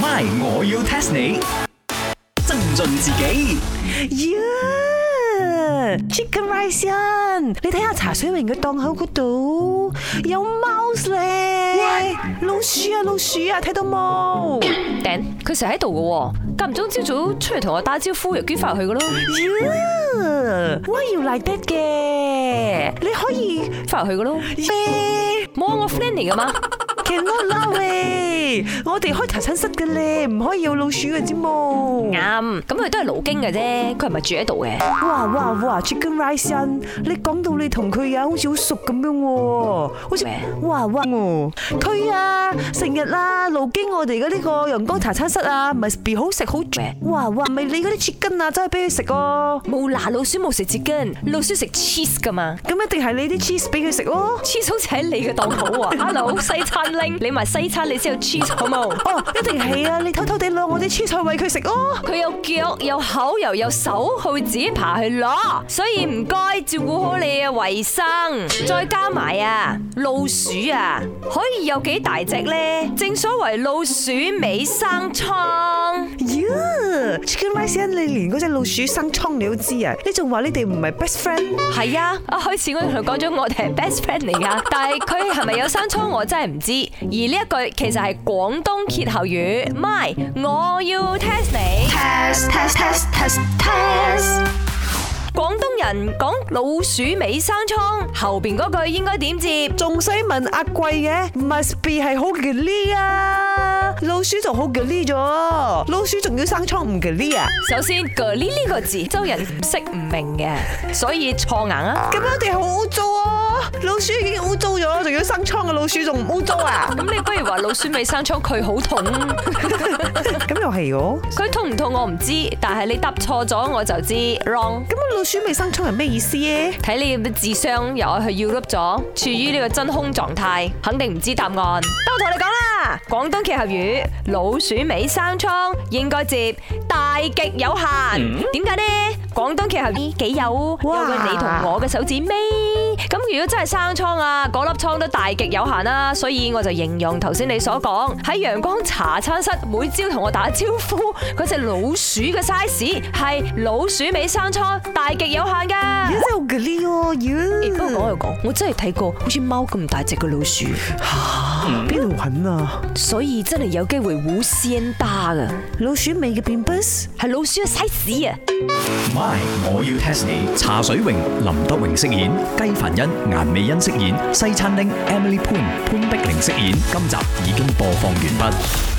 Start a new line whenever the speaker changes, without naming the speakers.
My，我要 test 你，增進自己。
呀，Chicken Rice Inn，你睇下茶水榮嘅檔口嗰度有 mouse 咧，老鼠啊老鼠啊，睇到冇？
頂，佢成日喺度嘅喎，間唔中朝早出嚟同我打招呼，又捐翻入去嘅咯，
呀，why you like that 嘅？你可以
翻入去嘅咯。
咩
冇啊，我 friend 嚟噶嘛，
？cannot 啦喂，我哋開茶餐室嘅咧，唔可以有老鼠嘅啫冇。
啱。咁佢都係路經嘅啫，佢唔係住喺度嘅。
哇哇哇！Chicken Rice Inn，你講到你同佢啊，好似好熟咁樣喎，好似
咩
哇哇喎！佢啊，成日啊路經我哋嘅呢個陽光茶餐室啊，咪別好食好
咩
哇哇！咪你嗰啲 chicken 啊，真係俾佢食哦，
冇嗱，老鼠冇食紙巾，老鼠食 cheese 噶嘛
咁一定係你啲 cheese 俾佢食哦咯。
，cheese 好似喺你嘅檔口啊。Hello，西餐拎，你埋西餐你先有 cheese 好冇？
哦，一定係啊！你偷偷地攞我啲 cheese 去餵佢食哦。
佢有腳有口又有手，佢會自己爬去攞，所以唔該照顧好你嘅衞生。再加埋啊，老鼠啊，可以有幾大隻呢？正所謂老鼠尾生瘡，
呀，Chicken Rice Inn，你連嗰隻老鼠生瘡你都知啊？你仲話你哋唔係 best friend？
係啊，一開始我同佢講咗我哋係 best friend 嚟噶，但係佢係咪有生瘡我真係唔知。而呢一句其實係廣東歇後語，My，我要 test 你。
test test test test test
廣東人講老鼠尾生瘡，後邊嗰句應該點接？
仲使問阿貴嘅？Must be 係好嘅呢啊！老鼠仲好嘅呢咗，老鼠仲要生瘡唔嘅呢啊！
首先，girl 呢呢個字，周人唔識唔明嘅，所以錯硬啊！
咁樣我哋好污糟啊！老鼠已經污糟咗，仲要生瘡嘅老鼠仲唔污糟啊？
咁你不如話老鼠尾生瘡，佢好痛，
咁又係喎，
佢痛唔痛我唔知，但係你答錯咗我就知 wrong。
咁老鼠未生瘡係咩意思咧？
睇你嘅智商又去 Europe 咗，處於呢個真空狀態，肯定唔知答案。得我同你講啦，廣東歇後語老鼠尾生瘡應該接大極有限。點解呢？廣東歇後語幾有有
哇
個你同我嘅手指尾。咁如果真係生瘡啊，嗰粒瘡都大極有限啦，所以我就形容頭先你所講喺陽光茶餐室每朝同我打招呼嗰隻老鼠嘅 size 係老鼠尾生瘡大極有限㗎。
真係好哦嘅呢喎，
誒
咦
不過講又講，我真係睇過好似貓咁大隻嘅老鼠，
邊度揾啊？
所以真係有機會烏仙打噶，
老鼠尾嘅便 bus。
係老鼠嘅 size 啊！
My，我要 test 你。茶水榮、林德榮飾演，雞凡欣、顏美欣飾演，西餐廳 Emily Poon 潘碧玲飾演。今集已經播放完畢。